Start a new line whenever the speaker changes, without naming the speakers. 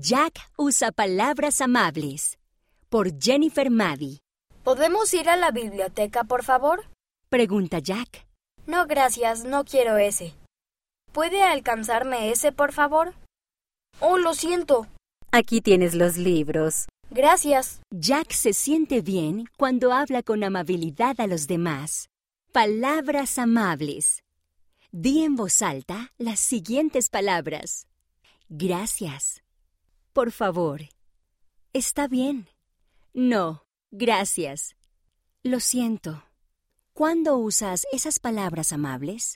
Jack usa palabras amables. Por Jennifer Maddy.
¿Podemos ir a la biblioteca, por favor?
Pregunta Jack.
No, gracias, no quiero ese. ¿Puede alcanzarme ese, por favor? Oh, lo siento.
Aquí tienes los libros.
Gracias.
Jack se siente bien cuando habla con amabilidad a los demás. Palabras amables. Di en voz alta las siguientes palabras. Gracias. Por favor. Está bien. No, gracias. Lo siento. ¿Cuándo usas esas palabras amables?